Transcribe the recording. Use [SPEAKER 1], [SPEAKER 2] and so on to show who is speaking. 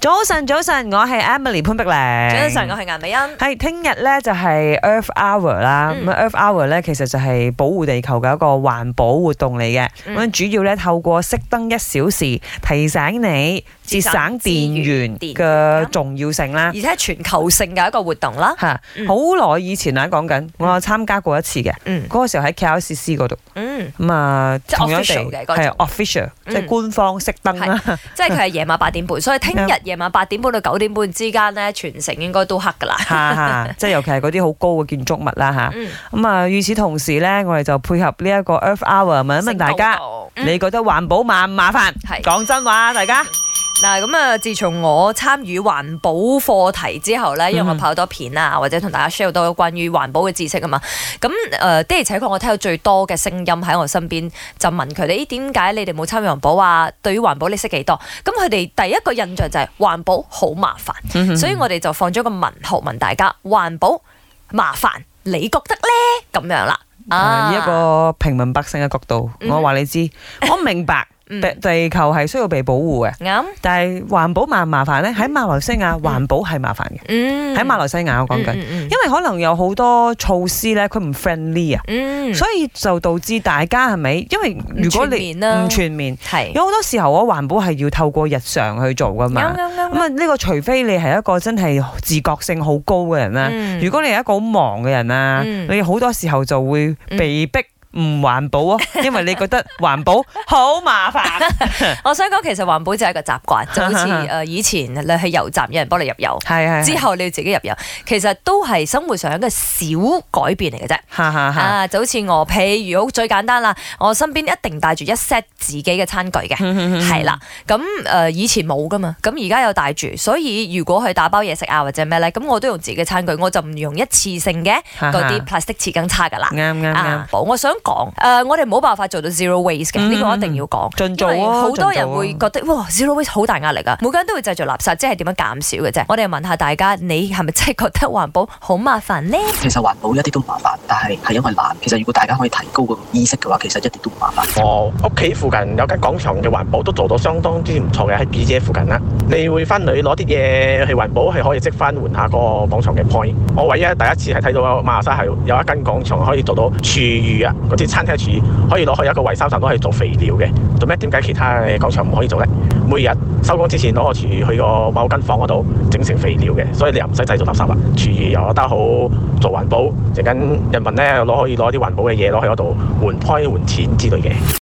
[SPEAKER 1] 早晨，早晨，我係 Emily 潘碧
[SPEAKER 2] 早
[SPEAKER 1] 玲。
[SPEAKER 2] 晨，我係顏美欣。
[SPEAKER 1] 係聽日咧就係 Earth Hour 啦，
[SPEAKER 2] 嗯
[SPEAKER 1] 咁啊 Earth Hour 咧其實就係保護地球嘅一個環保活動嚟嘅，咁
[SPEAKER 2] 嗯
[SPEAKER 1] 樣主要咧透過熄燈一小時提醒你節
[SPEAKER 2] 節省
[SPEAKER 1] 省電源
[SPEAKER 2] 資源啊
[SPEAKER 1] 嘅重要性啦
[SPEAKER 2] 而。且係全球性嘅一個活動啦。
[SPEAKER 1] 嚇，
[SPEAKER 2] 嗯
[SPEAKER 1] 好耐以前啦講緊，我有參加過一次嘅，
[SPEAKER 2] 嗯
[SPEAKER 1] 嗰個時候喺 KLCC 嗰度，
[SPEAKER 2] 嗯，
[SPEAKER 1] 咁啊
[SPEAKER 2] 即係
[SPEAKER 1] 同樣
[SPEAKER 2] official
[SPEAKER 1] 地
[SPEAKER 2] 嘅嗰
[SPEAKER 1] 係啊
[SPEAKER 2] 種
[SPEAKER 1] official，即係
[SPEAKER 2] 嗯
[SPEAKER 1] 官方熄燈啦。
[SPEAKER 2] 即係佢係夜晚八 點半，所以聽日夜晚八點半到九點半之間咧，全城應該都黑㗎啦。
[SPEAKER 1] 嚇嚇，即係尤其係嗰啲好高嘅建築物啦嚇。
[SPEAKER 2] 嗯，
[SPEAKER 1] 咁啊，與此同時咧，我哋就配合呢一個 Earth Hour 問一問大
[SPEAKER 2] 成
[SPEAKER 1] 家，
[SPEAKER 2] 功喎。嗯
[SPEAKER 1] 你覺得環保麻唔麻煩？
[SPEAKER 2] 係
[SPEAKER 1] 講真話，大家
[SPEAKER 2] 嗱咁啊，自從我參與環保課題之後咧，因為
[SPEAKER 1] 嗯
[SPEAKER 2] 我拍好多片啊，或者同大家 share 好多關於環保嘅知識啊嘛。咁誒、呃的而且確我聽到最多嘅聲音喺我身邊，就問佢哋：咦，點解你哋冇參與環保啊？對於環保你識幾多？咁佢哋第一個印象就係、環保好麻煩。所以我哋就放咗個問號問大家：環保麻煩，你覺得咧？咁樣啦，
[SPEAKER 1] 啊以一個平民百姓嘅角度，
[SPEAKER 2] 嗯
[SPEAKER 1] 我話你知，我明白
[SPEAKER 2] 嗯
[SPEAKER 1] 地地球係需要被保護嘅，
[SPEAKER 2] 啱，
[SPEAKER 1] 但係環保麻唔麻煩呢？喺馬來西亞環保係麻煩嘅，
[SPEAKER 2] 嗯，
[SPEAKER 1] 喺馬來西亞我講緊，
[SPEAKER 2] 嗯，嗯
[SPEAKER 1] 因為可能有好多措施呢，佢唔 friendly 啊，
[SPEAKER 2] 嗯，
[SPEAKER 1] 所以就導致大家係咪？因為如果
[SPEAKER 2] 唔全
[SPEAKER 1] 你
[SPEAKER 2] 面啦
[SPEAKER 1] 唔全面，
[SPEAKER 2] 係
[SPEAKER 1] 有好多時候我環保係要透過日常去做噶嘛。
[SPEAKER 2] 啱啱啱
[SPEAKER 1] 咁啊，呢個除非你係一個真係自覺性好高嘅人啦。
[SPEAKER 2] 嗯
[SPEAKER 1] 如果你係一個好忙嘅人啊，
[SPEAKER 2] 嗯
[SPEAKER 1] 你好多時候就會
[SPEAKER 2] 嗯
[SPEAKER 1] 被逼唔環保 啊，因為你覺得環保好麻煩。
[SPEAKER 2] 我想講，其實環保就係一個習 慣，就好似誒以前你去油站有人幫你入 油，
[SPEAKER 1] 係係
[SPEAKER 2] 之
[SPEAKER 1] 之後，
[SPEAKER 2] 後你要自己入油，其實都係生活上一個小改變嚟嘅啫。
[SPEAKER 1] 哈哈哈。
[SPEAKER 2] 啊，就好似我，譬如好最簡單啦，我身邊一定帶住一 set 自己嘅餐具嘅，
[SPEAKER 1] 嗯
[SPEAKER 2] 係啦。咁誒、呃以前冇噶嘛，咁而家有帶住，所以如果去打包嘢食啊或者咩咧，咁我都用自己嘅餐具，我就唔用一次性嘅
[SPEAKER 1] 哈
[SPEAKER 2] 嗰
[SPEAKER 1] 啊哈
[SPEAKER 2] 啲 plastic 匙羹叉噶啦。
[SPEAKER 1] 啱啱啱
[SPEAKER 2] 啊，，我想講誒、呃我哋冇辦法做到 zero waste 嘅，
[SPEAKER 1] 嗯
[SPEAKER 2] 呢、個一定要講。
[SPEAKER 1] 盡
[SPEAKER 2] 因
[SPEAKER 1] 做
[SPEAKER 2] 為
[SPEAKER 1] 啊！
[SPEAKER 2] 好多
[SPEAKER 1] 盡
[SPEAKER 2] 人
[SPEAKER 1] 做啊
[SPEAKER 2] 會覺得哇，zero waste 好大壓力啊！每個人都會製造垃圾，即係點樣減少嘅啫。我哋問下大家，你係咪真係覺得環保好麻煩呢？
[SPEAKER 3] 其實環保一啲都唔麻煩，但係係因為懶。其實如果大家可以提高個意識嘅話，其實一啲都唔麻煩。
[SPEAKER 4] 我屋企附近有間廣場嘅環保都做到相當之唔錯嘅，喺 B 姐附近啦。你會翻去攞啲嘢去環保，係可以積翻換下個廣場嘅 point。我唯一第一次係睇到馬來西亞係有一間廣場可以做到廚餘啊，嗰啲餐廳廚餘可以攞去一個維修站攞去做肥料嘅。做咩？點解其他嘅廣場唔可以做呢？每日收工之前攞個廚餘去個某間房嗰度整成肥料嘅，所以你又唔使製造垃圾啦。廚餘又得好做環保，陣間人民呢，攞可以攞啲環保嘅嘢攞去嗰度換 point 換錢之類嘅。